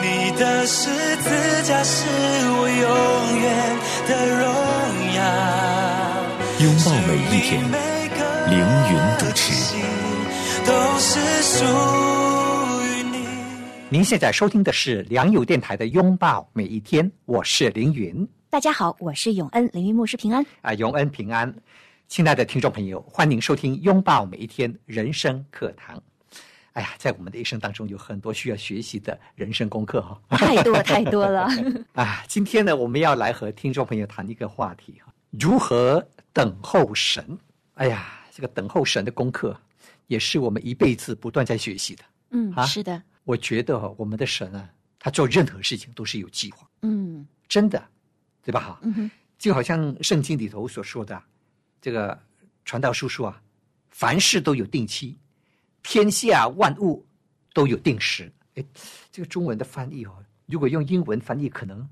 你的十字架是我永远的荣耀。拥抱每一天，凌云主持。都是属于你。您现在收听的是良友电台的《拥抱每一天》，我是凌云大家好，我是永恩，灵云牧师平安。 啊，永恩平安，亲爱的听众朋友，欢迎收听《拥抱每一天》人生课堂。哎呀，在我们的一生当中，有很多需要学习的人生功课哈、 太多太多了，啊，今天呢，我们要来和听众朋友谈一个话题哈，如何等候神？哎呀，这个等候神的功课，也是我们一辈子不断在学习的。嗯啊，是的，我觉得哦我们的神啊，他做任何事情都是有计划，嗯真的，对吧？哈，嗯哼，就好像圣经里头所说的啊，这个传道叔叔啊，凡事都有定期，天下万物都有定时。哎，这个中文的翻译哦，如果用英文翻译，可能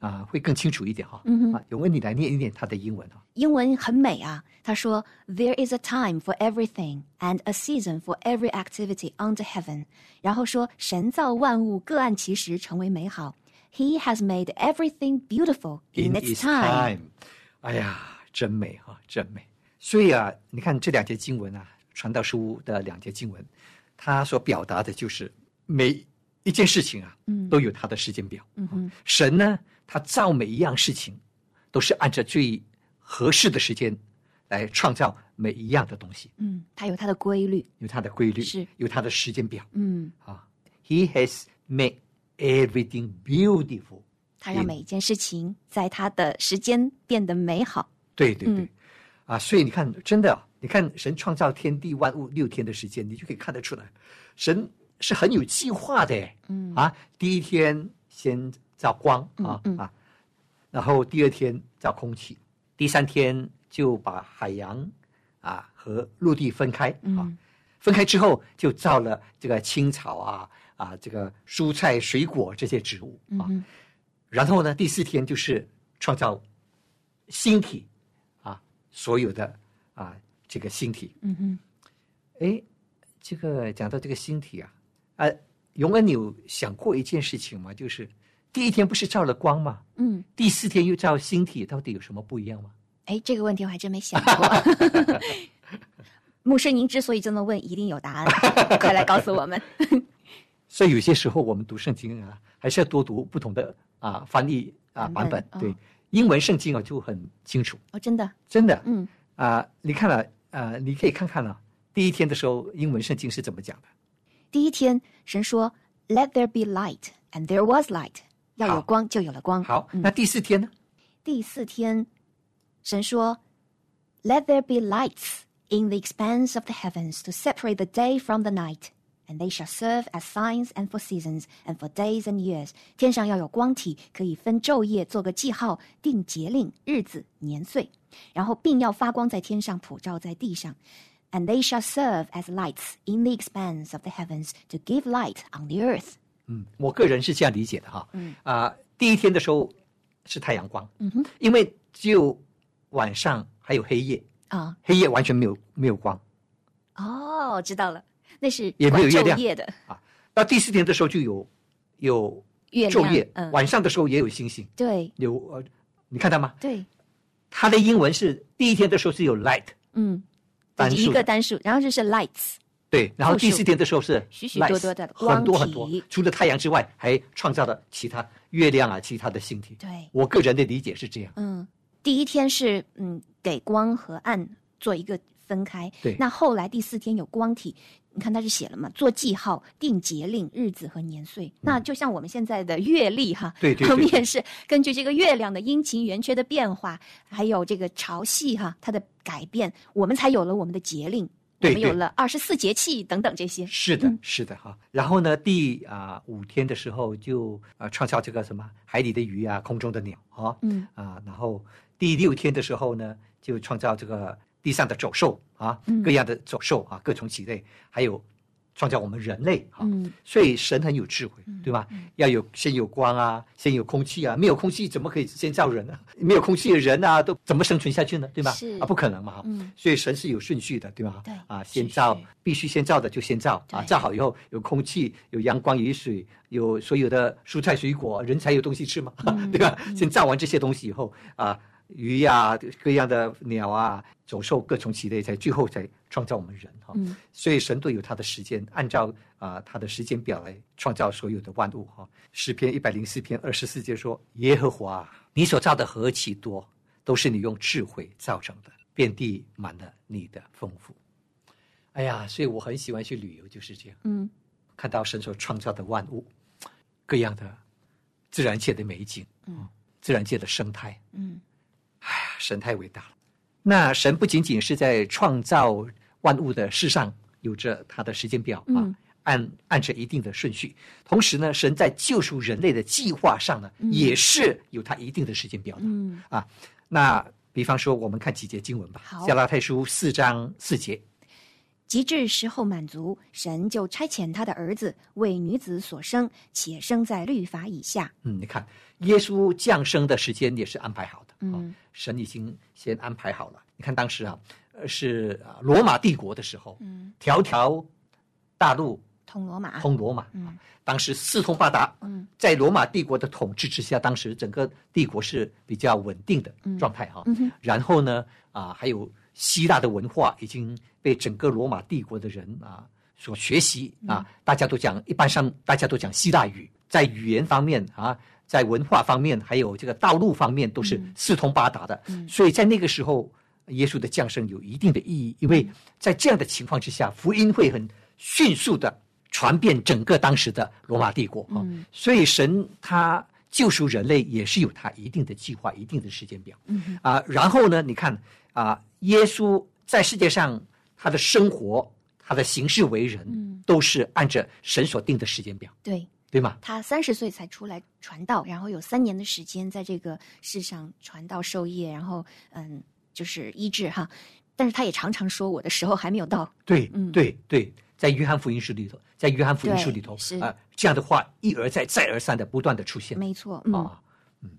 啊、会更清楚一点哈、嗯哼啊，永恩，你来念一念他的英文哦。英文很美啊。他说：“There is a time for everything and a season for every activity under heaven。”然后说：“神造万物，各按其时，成为美好。He has made everything beautiful in its time。 time。哎呀，真美哈、真美。所以啊，你看这两节经文啊，《传道书》的两节经文，它所表达的就是每一件事情啊，嗯都有它的时间表。嗯哼，神呢，他造每一样事情，都是按照最合适的时间来创造每一样的东西，嗯，它有它的规律。有它的规律，是有它的时间表嗯，啊。He has made everything beautiful。它让每一件事情在它的时间变得美好。对对对，嗯啊，所以你看，真的，你看神创造天地万物六天的时间，你就可以看得出来，神是很有计划的。嗯啊，第一天先造光啊、嗯嗯啊，然后第二天造空气，第三天就把海洋啊和陆地分开啊，嗯分开之后就造了这个青草啊啊这个蔬菜水果这些植物嗯啊，哼然后呢，第四天就是创造星体啊，所有的啊这个星体。嗯哼，哎，这个讲到这个星体啊，啊，永恩，你有想过一件事情吗？就是第一天不是照了光吗？嗯，第四天又照星体，到底有什么不一样吗？哎，这个问题我还真没想过。 牧师，您之所以这么问，一定有答案，快来告诉我们。 所以有些时候我们读圣经啊，还是要多读不同的啊翻译啊版版本本。对，哦英文圣经啊就很清楚，哦，真的，真的。嗯啊、你看了啊、你可以看看啊，第一天的时候英文圣经是怎么讲的？，第一天神说 “Let there be light”，and there was light，要有光就有了光。好，嗯那第四天呢？第四天，神说 “Let there be lights in the expanse of the heavens to separate the day from the night.” And they shall serve as signs and for seasons and for days and years。天上要有光体，可以分昼夜，做个记号，定节令、日子、年岁。然后并要发光在天上，普照在地上。And they shall serve as lights in the expanse of the heavens to give light on the earth。嗯，我个人是这样理解的哈。嗯啊、第一天的时候是太阳光，嗯哼，因为只有晚上还有黑夜，啊，黑夜完全没有没有光。哦，知道了，那是也没有月亮管昼夜的到第四天的时候就有有月亮，昼夜，嗯，晚上的时候也有星星，对有呃，你看到吗？对，它的英文是第一天的时候是有 light 嗯，单就是数一个的，单数，然后就是 lights，对，然后复数第四天的时候是 light, 哦许许多多的光很多很多体，除了太阳之外，还创造了其他月亮啊，其他的星体。对，我个人的理解是这样。嗯，第一天是嗯给光和暗做一个分开，对那后来第四天有光体。你看，他是写了嘛？做记号、定节令、日子和年岁。那就像我们现在的月历哈，嗯对对对我们也是根据这个月亮的阴晴圆缺的变化，还有这个潮汐哈它的改变，我们才有了我们的节令、我对们有对了二十四节气等等这些。是的，是的哈。然后呢，第啊、五天的时候就啊、呃创造这个什么海里的鱼啊，空中的鸟啊，嗯啊，然后第六天的时候呢，就创造这个地上的走兽啊，嗯各样的走兽啊，各从其类，还有创造我们人类啊。嗯所以神很有智慧，对吧？要有先有光啊，先有空气啊，没有空气怎么可以先造人呢、没有空气的人啊，都怎么生存下去呢？对吧？是啊，不可能嘛哈。嗯所以神是有顺序的，对吧？对啊，是先造是必须先造的就先造啊，对造好以后有空气、有阳光、雨水，有所有的蔬菜水果，人才有东西吃嘛，嗯对吧？先造完这些东西以后啊，鱼呀、各样的鸟啊、走兽各从其类，才最后才创造我们人哈、嗯所以神都有他的时间，按照啊、他的时间表来创造所有的万物哈、诗篇一百零四篇二十四节说：“耶和华啊，你所造的何其多，都是你用智慧造成的，遍地满了你的丰富。”哎呀，所以我很喜欢去旅游，就是这样，嗯看到神所创造的万物，各样的自然界的美景，嗯，自然界的生态，嗯神太伟大了。那神不仅仅是在创造万物的事上有着他的时间表啊，嗯按按着一定的顺序，同时呢，神在救赎人类的计划上呢，也是有他一定的时间表的、嗯啊。那比方说，我们看几节经文吧，好《加拉太书》四章四节，及至时候满足，神就差遣他的儿子为女子所生，且生在律法以下。嗯，你看，耶稣降生的时间也是安排好的，啊嗯神已经先安排好了。你看当时啊，呃是啊罗马帝国的时候，嗯，条条大路通罗马。通罗马，嗯当时四通八达，嗯在罗马帝国的统治之下，当时整个帝国是比较稳定的状态哈、嗯哼然后呢，啊，还有希腊的文化已经被整个罗马帝国的人啊所学习嗯啊，大家都讲，一般上大家都讲希腊语，在语言方面啊，在文化方面，还有这个道路方面都是嗯四通八达的，所以在那个时候，耶稣的降生有一定的意义，因嗯为在这样的情况之下，福音会很迅速的传遍整个当时的罗马帝国啊。嗯所以神他救赎人类也是有他一定的计划、一定的时间表。嗯啊，然后呢，你看啊，耶稣在世界上他的生活、他的行事为人，嗯都是按着神所定的时间表，对对吗？他三十岁才出来传道，然后有三年的时间在这个世上传道授业，然后嗯，就是医治哈。但是他也常常说，我的时候还没有到。对，嗯对，对，在约翰福音书里头，在约翰福音书里头对是啊、这样的话一而再、再而三的不断的出现。没错，嗯、啊，嗯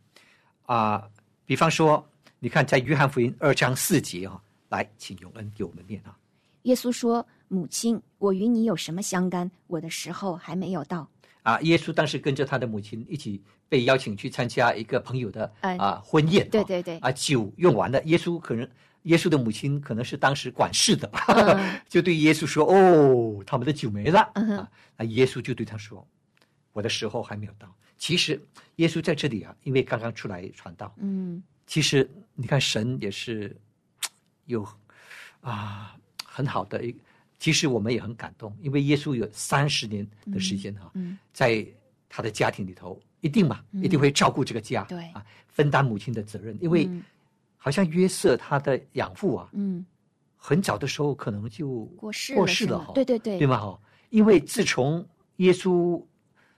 啊、比方说，你看在约翰福音二章四节啊，来，请永恩给我们念啊。耶稣说：“母亲，我与你有什么相干？我的时候还没有到。啊，耶稣当时跟着他的母亲一起被邀请去参加一个朋友的哎啊婚宴，对啊对对啊酒用完了，耶稣可能耶稣的母亲可能是当时管事的， 嗯就对耶稣说：“哦，他们的酒没了。嗯哼啊，那耶稣就对他说：“我的时候还没有到。”其实耶稣在这里啊，因为刚刚出来传道，嗯其实你看，神也是有啊很好的一。其实我们也很感动，因为耶稣有三十年的时间啊哈、嗯在他的家庭里头，一定嘛，一定会照顾这个家，对啊，分担母亲的责任。因为嗯好像约瑟他的养父啊，嗯，很早的时候可能就过世了过世是了吗哈，对对对对吗？哈，因为自从耶稣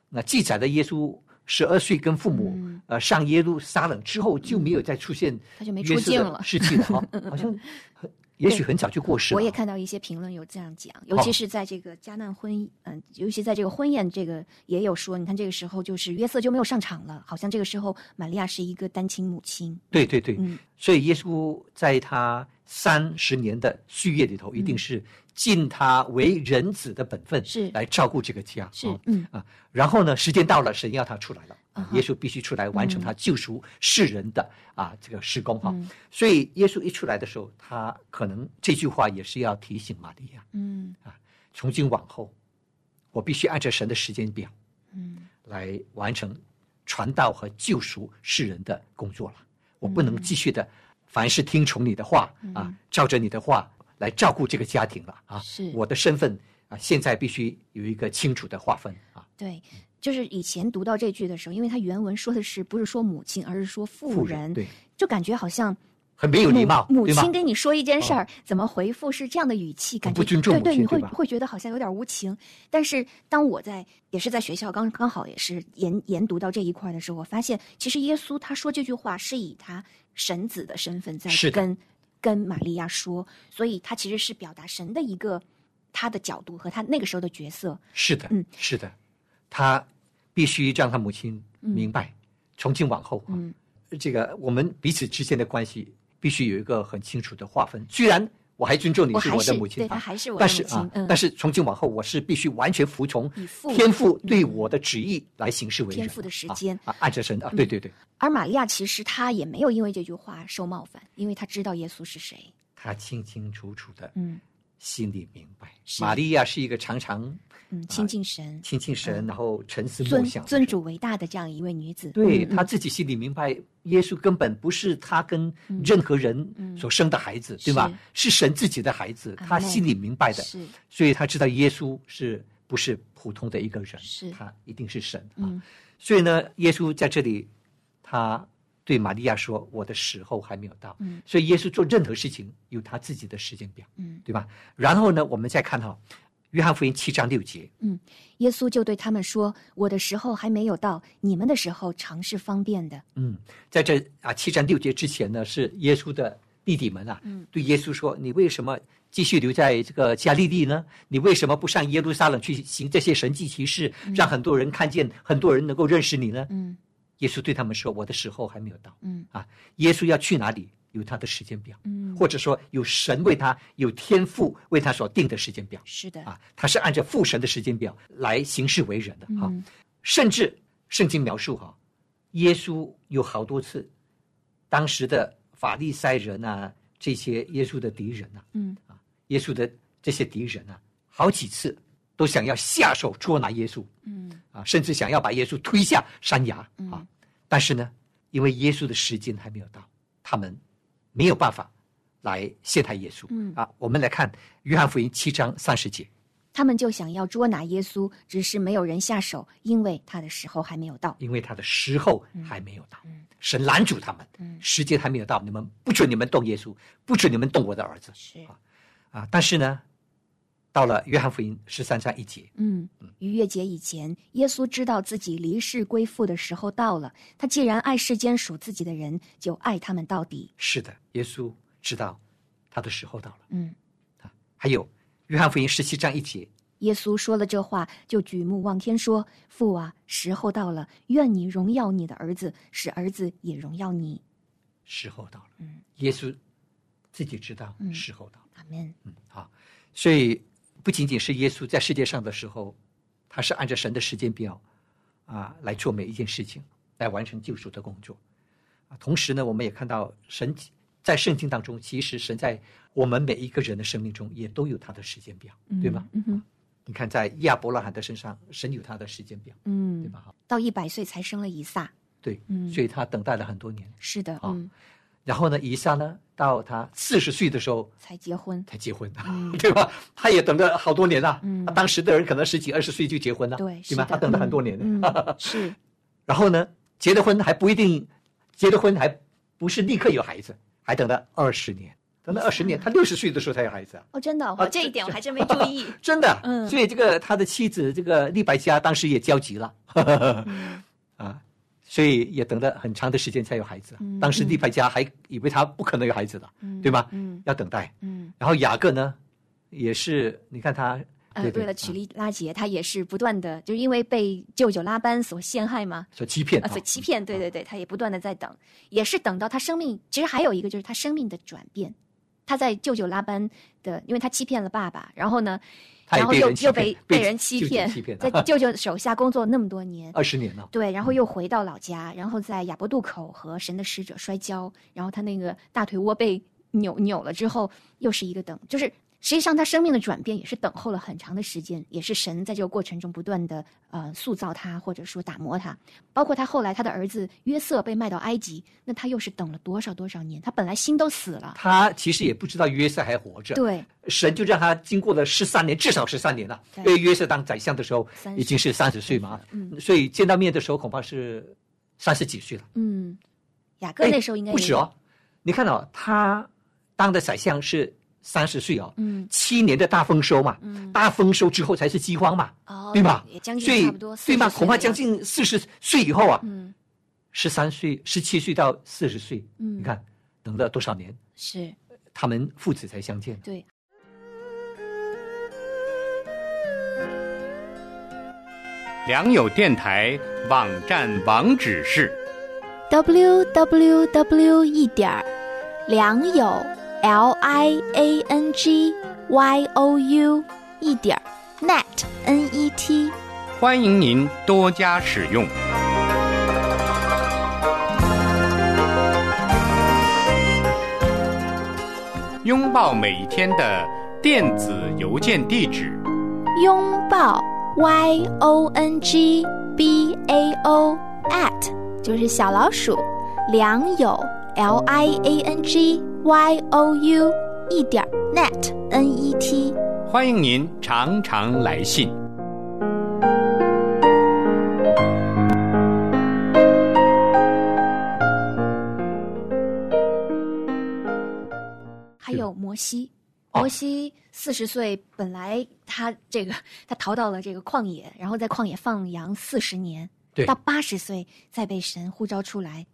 那记载的耶稣十二岁跟父母、嗯呃上耶路撒冷之后，就没有再出现他就没约出瑟镜的了 事迹了哈，好像很也许很早就过世了。我也看到一些评论有这样讲，尤哦其是在这个迦难婚，嗯、尤其在这个婚宴，这个也有说，你看这个时候就是约瑟就没有上场了，好像这个时候玛利亚是一个单亲母亲。对对对，嗯所以耶稣在他三十年的岁月里头，一定是尽他为人子的本分，嗯是来照顾这个家。是哦嗯啊，然后呢，时间到了，神要他出来了。啊哈耶稣必须出来完成他救赎世人的、啊这个施工哈、嗯所以耶稣一出来的时候，他可能这句话也是要提醒玛利亚：嗯从今往后，我必须按照神的时间表嗯来完成传道和救赎世人的工作了。我不嗯能继续的，凡是听从你的话、啊，照着你的话来照顾这个家庭了啊。是我的身份啊，现在必须有一个清楚的划分啊。对，就是以前读到这句的时候，因为他原文说的是不是说母亲，而是说妇妇人，对，就感觉好像很没有礼貌，母对吗亲？跟你说一件事儿，怎么回复是这样的语气，感觉不尊重对母对，亲你会对吧会觉得好像有点无情。但是当我在也是在学校刚刚好也是研研读到这一块儿的时候，我发现其实耶稣他说这句话是以他神子的身份在是的跟跟玛利亚说，所以他其实是表达神的一个他的角度和他那个时候的角色。是的，嗯是的，他必须让他母亲明白，从今往后啊，嗯这个我们彼此之间的关系必须有一个很清楚的划分。虽然我还尊重你我是还我的是母亲对啊他还是我的但母是亲，啊，嗯，但是从今往后，我是必须完全服从以父嗯天父对我的旨意来行事为人。天父的时间嗯啊，啊按着神啊，对对对，而玛利亚其实她也没有因为这句话受冒犯，因为她知道耶稣是谁。他清清楚楚的嗯心里明白。是玛利亚是一个常常嗯，亲近神，亲近神，然后沉思默嗯尊想的尊人主为大的这样一位女子。对嗯嗯他自己心里明白，耶稣根本不是他跟任何人嗯所生的孩子，对吧？是神自己的孩子，阿他心里明白的，是所以他知道耶稣是不是普通的一个人，是他一定是神啊。嗯所以呢，耶稣在这里，他对玛利亚说：“我的时候还没有到。嗯所以耶稣做任何事情有他自己的时间表，嗯，对吧？然后呢，我们再看哈、约翰福音》七章六节，耶稣就对他们说：“我的时候还没有到，你们的时候常是方便的。嗯，在这啊七章六节之前呢，是耶稣的弟弟们啊，嗯对耶稣说：“你为什么继续留在这个加利利呢？你为什么不上耶路撒冷去行这些神迹奇事，让很多人看见，很多人能够认识你呢？”嗯耶稣对他们说：“我的时候还没有到。”嗯啊，耶稣要去哪里有他的时间表，”嗯，或者说有神为他有天赋为他所定的时间表是的，啊，他是按照父神的时间表来行事为人的哈、嗯甚至圣经描述哈、耶稣有好多次，当时的法利赛人啊，这些耶稣的敌人啊，嗯耶稣的这些敌人啊，好几次都想要下手捉拿耶稣嗯啊，甚至想要把耶稣推下山崖嗯啊。但是呢，因为耶稣的时间还没有到，他们没有办法来陷害耶稣。嗯啊，我们来看约翰福音七章三十节。他们就想要捉拿耶稣，只是没有人下手，因为他的时候还没有到。因为他的时候还没有到，嗯神拦住他们，嗯时间还没有到，你们不准你们动耶稣，不准你们动我的儿子是啊！但是呢，到了约翰福音十三章一节，嗯，逾越节以前，耶稣知道自己离世归父的时候到了。他既然爱世间属自己的人，就爱他们到底。是的，耶稣知道他的时候到了。嗯，还有约翰福音十七章一节，耶稣说了这话，就举目望天说：“父啊，时候到了，愿你荣耀你的儿子，使儿子也荣耀你。时候到了，嗯耶稣自己知道嗯时候到了”阿门。嗯啊，所以不仅仅是耶稣在世界上的时候，他是按照神的时间表啊来做每一件事情，来完成救赎的工作啊。同时呢，我们也看到神在圣经当中，其实神在我们每一个人的生命中也都有他的时间表，对啊吗？嗯哼你看，在亚伯拉罕的身上，神有他的时间表，嗯，对吧？哈到一百岁才生了以撒。对，嗯所以他等待了很多年。是的，啊嗯，然后呢，以撒呢，到他四十岁的时候，才结婚。才结婚的，嗯 对吧？他也等了好多年了。嗯他当时的人可能十几二十岁就结婚了，对，是啊吧？的他等了很多年。 嗯嗯是，然后呢，结了婚还不一定，结了婚还不是立刻有孩子，还等了二十年，等了二十啊年，他六十岁的时候才有孩子啊。哦，真的哦，啊这这一点我还真没注 意。真的，嗯所以这个他的妻子这个利百加当时也焦急了，嗯啊，所以也等了很长的时间才有孩子啊。嗯当时利百加还以为他不可能有孩子的，对吧？嗯要等待。嗯。然后雅各呢，也是，你看他，呃，对对为了娶啊利拉杰，他也是不断的，就是因为被舅舅拉班所陷害嘛，所欺骗啊啊，所欺骗，对对对，他也不断的在等，也是等到他生命，其实还有一个就是他生命的转变，他在舅舅拉班的，因为他欺骗了爸爸，然后呢，他也然后被又人欺又骗被被人舅欺舅骗欺骗， 在舅舅手下工作那么多年，二十年了，对，然后又回到老家，然后在亚伯渡口和神的使者摔跤，然后他那个大腿窝被扭扭了之后，又是一个等，就是实际上他生命的转变也是等候了很长的时间，也是神在这个过程中不断的呃塑造他或者说打磨他，包括他后来他的儿子约瑟被卖到埃及，那他又是等了多少多少年，他本来心都死了，他其实也不知道约瑟还活着，对，神就让他经过了十三年，至少十三年了。对因为约瑟当宰相的时候30已经是三十岁嘛，嗯所以见到面的时候恐怕是三十几岁了，嗯，雅各哎那时候应该不也止哦。你看哦，他当的宰相是三十岁哦，嗯七年的大丰收嘛，嗯大丰收之后才是饥荒嘛，哦对吧也将所近以差不多40岁对了，吧？恐怕将近四十岁以后啊，嗯十三岁、十七岁到四十岁，嗯你看等了多少年，是他们父子才相见。对，良友电台网站网址是 www 一点儿良友 l i a n g y o u 一点儿 net n e t。欢迎您多加使用。拥抱每一天的电子邮件地址，拥抱 y o n g b a o at 就是小老鼠良友 l i a n g y o u 一点儿 net n e t。欢迎您常常来信。还有摩西，哦摩西四十岁，本来他这个他逃到了这个旷野，然后在旷野放羊四十年，对到八十岁再被神呼召出来，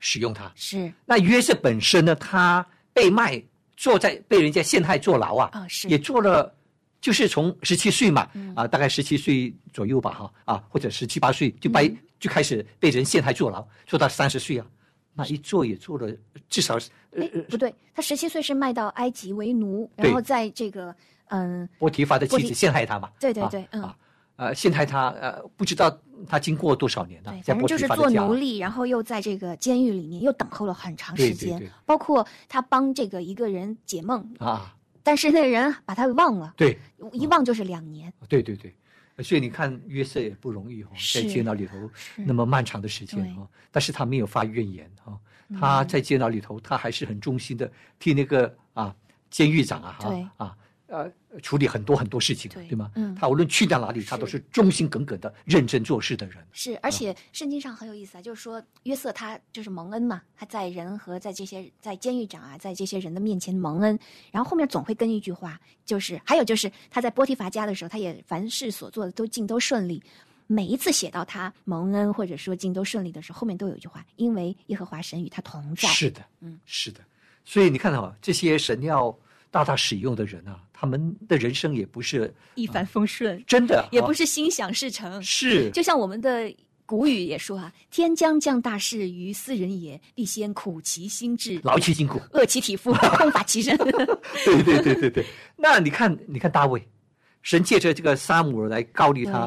使用它。是那约瑟本身呢，他被卖，坐在被人家陷害坐牢啊，啊是也做了，就是从十七岁嘛，嗯啊，大概十七岁左右吧，哈，啊，或者十七八岁就被、嗯就开始被人陷害坐牢，坐到三十岁啊，那一坐也坐了至少，呃哎，不对，他十七岁是卖到埃及为奴，对然后在这个嗯，波提法的波妻提子陷害他嘛，对对啊对嗯啊，呃，陷害他，呃，不知道他经过多少年了、啊对，在反正波就提是法做的家奴，隶，然后又在这个监狱里面又等候了很长对时对间，对包括他帮这个一个人解梦，啊，但是那人把他忘了，对一忘就是两年，对对对。所以你看，约瑟也不容易哦，在是监牢里头是那么漫长的时间嗯对嗯哦，但是他没有发怨言哦，他在监牢里头，他还是很忠心的替那个啊监狱长啊对啊啊呃处理很多很多事情，对对吗？嗯他无论去到哪里，他都是忠心耿耿的、认真做事的人。是，而且圣经上很有意思啊，就是说约瑟他就是蒙恩嘛，他在人和在这些在监狱长啊，在这些人的面前蒙恩，然后后面总会跟一句话，就是还有就是他在波提乏家的时候，他也凡事所做的都尽都顺利。每一次写到他蒙恩或者说尽都顺利的时候，后面都有一句话，因为耶和华神与他同在。是的，嗯，是的。所以你看哦，这些神要大大使用的人啊，他们的人生也不是一帆风顺，真的，也啊不是心想事成。嗯是就像我们的古语也说啊，“天将降大事于斯人也，必先苦其心志，劳其筋 骨。饿其体肤，空 乏其身。对对对对对。那你看，你看大卫，神借着这个撒母耳来告立他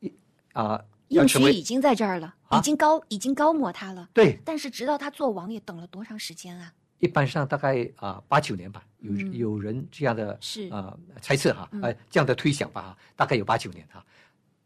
对，啊、要应成许已为经在这儿了，啊已经高已经高抹他了。对，但是直到他做王，也等了多长时间啊？一般上大概啊八九年吧，有、嗯有人这样的是啊、猜测哈，嗯呃这样的推想吧哈，大概有八九年哈。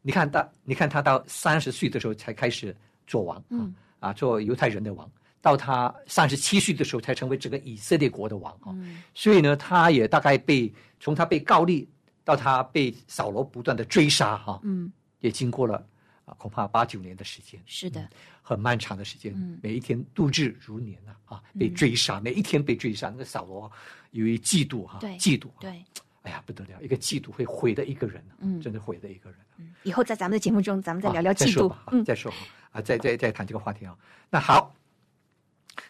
你看到，你看他到三十岁的时候才开始做王，嗯啊，啊做犹太人的王，到他三十七岁的时候才成为整个以色列国的王啊。嗯，所以呢，他也大概被从他被告立到他被扫罗不断的追杀哈、嗯，也经过了啊，恐怕八九年的时间，是的，很漫长的时间，嗯每一天度日如年呐啊被追杀，每一天被追杀。那个扫罗由于嫉妒哈、对嫉妒、啊，对，哎呀不得了，一个嫉妒会毁了一个人、啊，嗯真的毁了一个人、啊。以后在咱们的节目中，咱们再聊聊啊嫉说妒吧。啊嗯，再说吧啊，再再再谈这个话题啊。那好，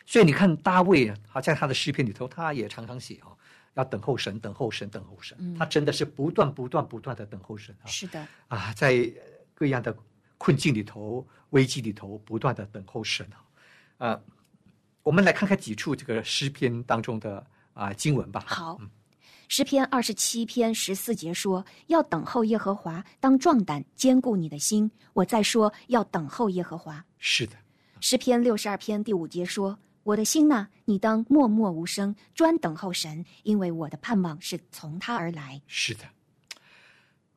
所以你看大卫啊，在他的诗篇里头，他也常常写啊，要等候神，等候神，等候神。嗯他真的是不断不断不断的等候神啊。是的，啊，在呃各样的困境里头、危机里头，不断的等候神啊。呃，我们来看看几处这个诗篇当中的啊、经文吧。好。诗篇二十七篇十四节说：“要等候耶和华，当壮胆，坚固你的心。”我再说，要等候耶和华。是的，诗篇六十二篇第五节说：“我的心呐、你当默默无声，专等候神，因为我的盼望是从他而来。是的。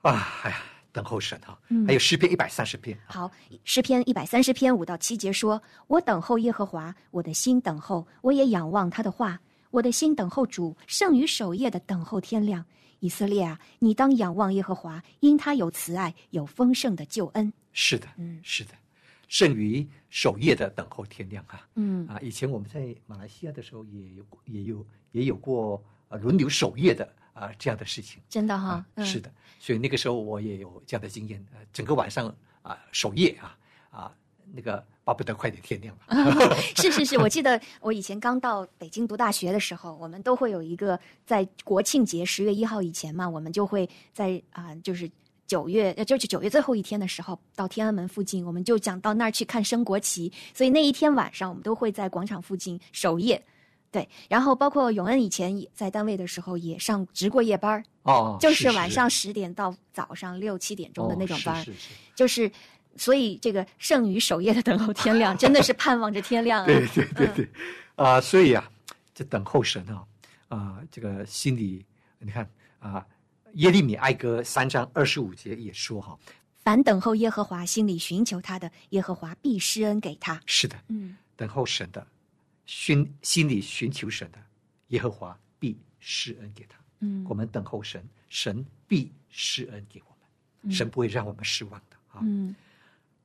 啊，哎呀，等候神啊！嗯还有诗篇一百三十篇”啊，好，诗篇一百三十篇五到七节说：“我等候耶和华，我的心等候，我也仰望他的话。我的心等候主，胜于守夜的等候天亮。以色列啊，你当仰望耶和华，因他有慈爱，有丰盛的救恩。是的，嗯是的。胜于守夜的等候天亮啊。嗯啊，以前我们在马来西亚的时候也有过也有也有过呃轮流守夜的啊、这样的事情真的哈、嗯啊是的，所以那个时候我也有这样的经验，呃、整个晚上啊、守夜啊啊那个巴不得快点天亮了。是是是，我记得我以前刚到北京读大学的时候，我们都会有一个在国庆节十月一号以前嘛，我们就会在啊、就是九月，呃就是九月最后一天的时候，到天安门附近，我们就想到那儿去看升国旗，所以那一天晚上我们都会在广场附近守夜。对，然后包括永恩以前也在单位的时候也上值过夜班儿，哦， 就是晚上十点到早上六七点钟的那种班儿。哦是是是就是，所以这个剩余守夜的等候天亮，真的是盼望着天 亮啊。对对对对，啊、所以啊，这等候神啊，啊、这个心里你看啊、耶利米哀歌三章二十五节也说哈、凡等候耶和华，心里寻求他的，耶和华必施恩给他。是的，嗯，等候神的，寻心里寻求神的，耶和华必施恩给他。嗯我们等候神，神必施恩给我们，神不会让我们失望的啊。嗯，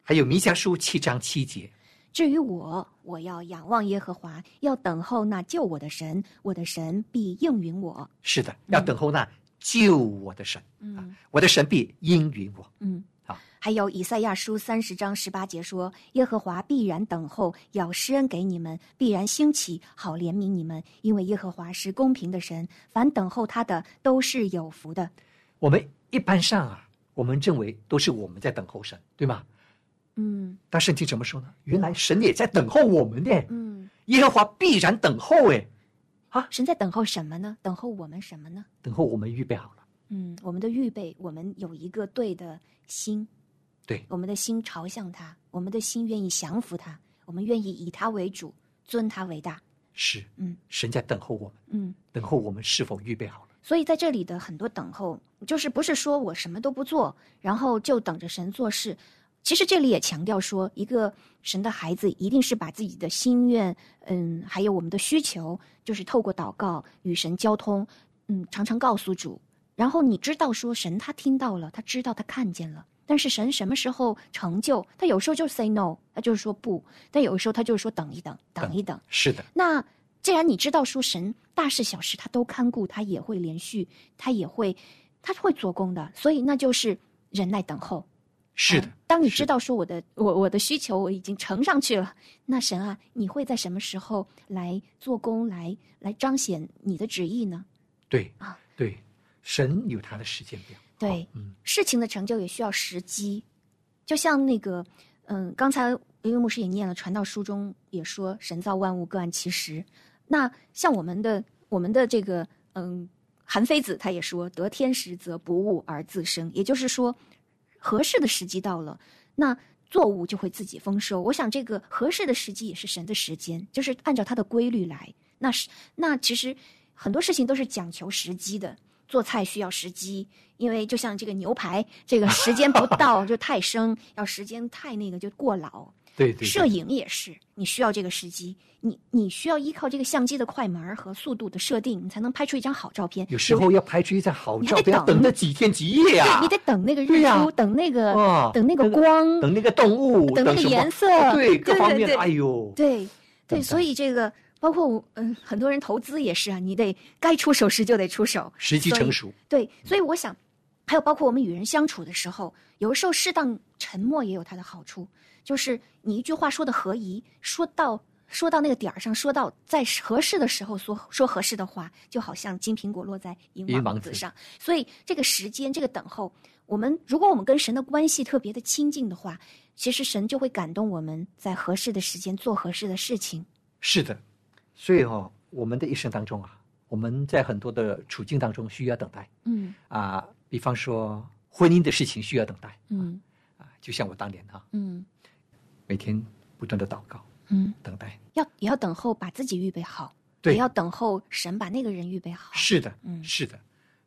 还有弥迦书七章七节，至于我，我要仰望耶和华，要等候那救我的神，我的神必应允我。是的，嗯要等候那救我的神，啊，我的神必应允我。嗯，好还有以赛亚书三十章十八节说：“耶和华必然等候，要施恩给你们，必然兴起，好怜悯你们，因为耶和华是公平的神，凡等候他的都是有福的。我们一般上啊，我们认为都是我们在等候神，对吗？”嗯但圣经怎么说呢？原来神也在等候我们呢。嗯，耶和华必然等候，哎，神在等候什么呢？等候我们什么呢？等候我们预备好了。嗯，我们的预备，我们有一个对的心，对我们的心朝向他，我们的心愿意降服他，我们愿意以他为主，尊他为大。是，嗯，神在等候我们，嗯。等候我们是否预备好了。所以在这里的很多等候，就是不是说我什么都不做，然后就等着神做事。其实这里也强调说，一个神的孩子一定是把自己的心愿，嗯，还有我们的需求，就是透过祷告与神交通，嗯，常常告诉主。然后你知道说神他听到了，他知道他看见了，但是神什么时候成就？他有时候就 say no，他就是说不，但有时候他就是说等一等，等一等。是的，那既然你知道说神大事小事他都看顾，他也会连续，他也会，他会做工的，所以那就是忍耐等候。是的嗯，当你是知道说我的我我的需求我已经呈上去了，那神啊，你会在什么时候来做工，来来彰显你的旨意呢？对啊，对，神有他的时间表。对，嗯，事情的成就也需要时机，就像那个，嗯，刚才因为牧师也念了《传道书》中也说“神造万物，各按其时”。那像我们的我们的这个，嗯，韩非子他也说“得天时则不悟而自生”，也就是说，合适的时机到了，那作物就会自己丰收。我想这个合适的时机也是神的时间，就是按照它的规律来。那是那其实很多事情都是讲求时机的，做菜需要时机，因为就像这个牛排，这个时间不到就太生，要时间太那个就过老。对对对摄影也是，你需要这个时机，你你需要依靠这个相机的快门儿和速度的设定，你才能拍出一张好照片。有时候要拍出一张好你照还片，得要等等那几天几夜啊！你得等那个对日呀出，等那个、哇等那个那个光，等那个动物，等那个什么啊颜色对各对方对面对，哎呦，对等对，所以这个包括我嗯，很多人投资也是啊，你得该出手时就得出手，时机所以成熟。对，所以我想，还有包括我们与人相处的时候，有的时候适当沉默也有它的好处，就是你一句话说的合宜，说到说到那个点儿上，说到在合适的时候说说合适的话，就好像金苹果落在银银王王子子上。所以这个时间，这个等候，我们如果我们跟神的关系特别的亲近的话，其实神就会感动我们在合适的时间做合适的事情。是的，所以哦，我们的一生当中啊，我们在很多的处境当中需要等待嗯啊、比方说婚姻的事情需要等待嗯啊、就像我当年啊，嗯每天不断的祷告嗯，等待。要也要等候把自己预备好。对也，要等候神把那个人预备好。是的，嗯是的。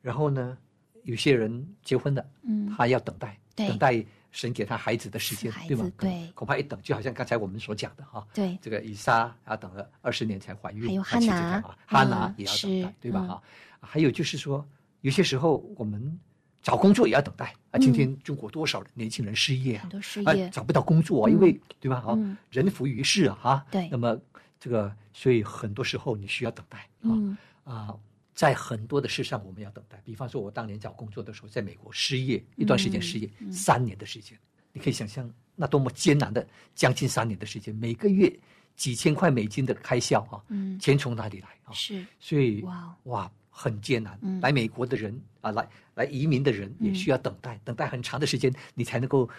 然后呢，有些人结婚了，嗯他要等待，对等待神给他孩子的时间赐，孩对吗子？对恐怕一等就好像刚才我们所讲的哈、对，这个以撒啊，等了二十年才怀孕，还有啊其实哈拿这个啊哈拿嗯也要等待是，对吧？嗯哈，还有就是说，有些时候我们找工作也要等待啊！今天中国多少年轻人失业啊？很多嗯失啊业，找不到工作啊，因为对吧？啊嗯，人浮于事啊，哈。对那么这个，所以很多时候你需要等待啊嗯啊，在很多的事上我们要等待。比方说，我当年找工作的时候，在美国失业一段时间，失业嗯三年的时间，你可以想象那多么艰难的将近三年的时间，每个月几千块美金的开销啊，嗯，钱从哪里来啊？是，所以哇哦哇，很艰难。嗯来美国的人啊，来来移民的人也嗯需要等待，等待很长的时间，你才能够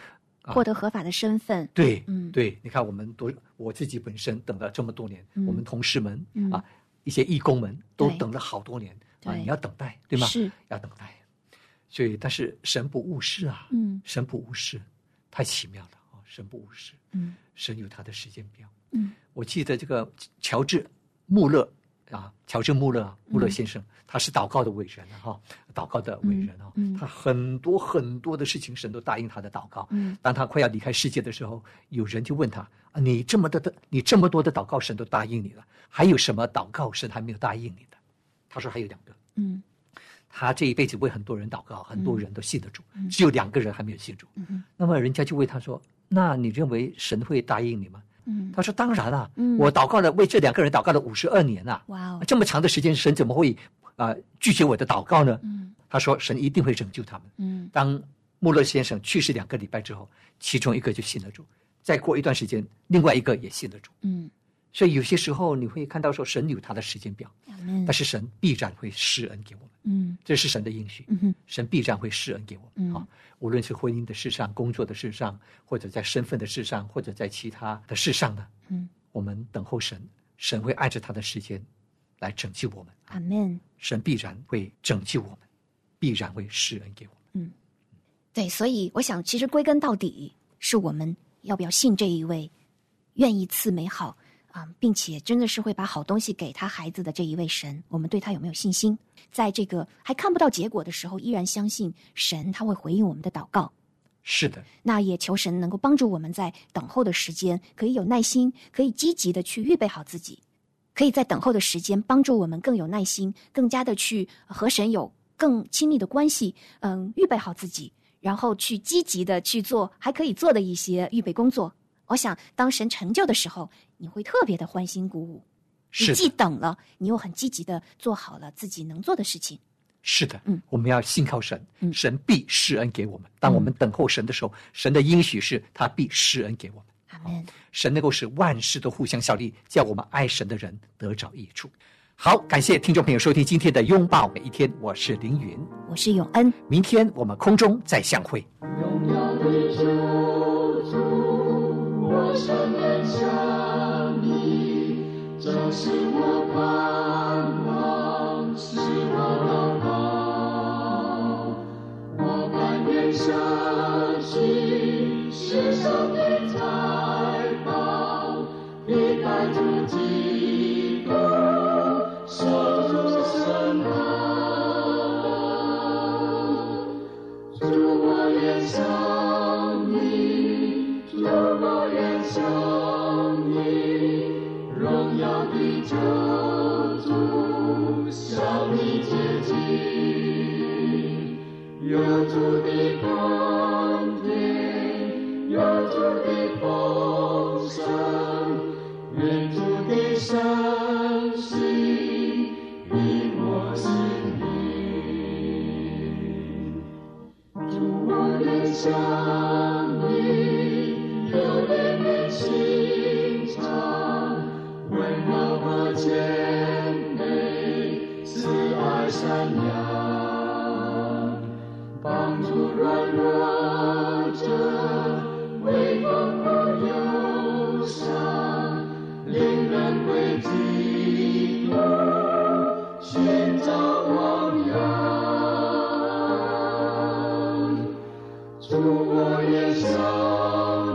啊获得合法的身份，对，嗯对，你看我们多，我自己本身等了这么多年，嗯我们同事们、嗯啊，一些义工们都对等了好多年啊，对你要等待，对吗？是，要等待。所以，但是神不误事啊，嗯神不误事，太奇妙了啊、神不误事，嗯神有他的时间表。嗯我记得这个乔治·穆勒啊，乔治·穆勒啊，嗯穆勒先生，他是祷告的伟人啊哈、祷告的伟人啊，嗯嗯他很多很多的事情，神都答应他的祷告。嗯当他快要离开世界的时候，有人就问他：“啊，你这么多的，你这么多的祷告，神都答应你了，还有什么祷告神还没有答应你的？”他说：“还有两个。嗯他这一辈子为很多人祷告，很多人都信得住，只有两个人还没有信主。嗯那么人家就问他说：‘那你认为神会答应你吗？’嗯，他说：‘当然啊，嗯我祷告了，为这两个人祷告了五十二年啊，哇哦，这么长的时间，神怎么会啊、呃拒绝我的祷告呢？’嗯他说：‘神一定会拯救他们。’嗯当穆勒先生去世两个礼拜之后，其中一个就信了主，再过一段时间，另外一个也信了主。嗯，所以有些时候你会看到说神有他的时间表，但是神必然会施恩给我们，嗯这是神的应许，嗯哼神必然会施恩给我们嗯啊。无论是婚姻的事上、工作的事上，或者在身份的事上，或者在其他的事上呢，嗯，我们等候神，神会按着他的时间来拯救我们啊阿门。神必然会拯救我们，必然会施恩给我们。对，所以我想，其实归根到底，是我们要不要信这一位愿意赐美好啊、并且真的是会把好东西给他孩子的这一位神，我们对他有没有信心？在这个还看不到结果的时候，依然相信神他会回应我们的祷告。是的，那也求神能够帮助我们在等候的时间，可以有耐心，可以积极的去预备好自己，可以在等候的时间帮助我们更有耐心，更加的去和神有更亲密的关系，嗯，预备好自己，然后去积极的去做还可以做的一些预备工作。我想，当神成就的时候，你会特别的欢欣鼓舞。是你的。既等了，你又很积极的做好了自己能做的事情。是的，嗯我们要信靠神，嗯神必施恩给我们。当我们等候神的时候，神的应许是他必施恩给我们。阿门。神能够使万事都互相效力，叫我们爱神的人得着益处。好，感谢听众朋友收听今天的拥抱每一天，我是凌云，我是永恩。明天我们空中再相会。荣耀的救主，我深爱上你，这是我盼望，是我祷告。我甘愿相信世上的财宝，你带着基督，手住身旁。主我愿想你，主我愿想你，荣耀的救主向你接近，有主的光天，有主的风声，愿主的善心引我心里。主我愿向你，流连的心肠，温柔和谦卑，慈爱善良，帮助软弱者，微风和忧伤，令人为基督寻找汪洋。主我也想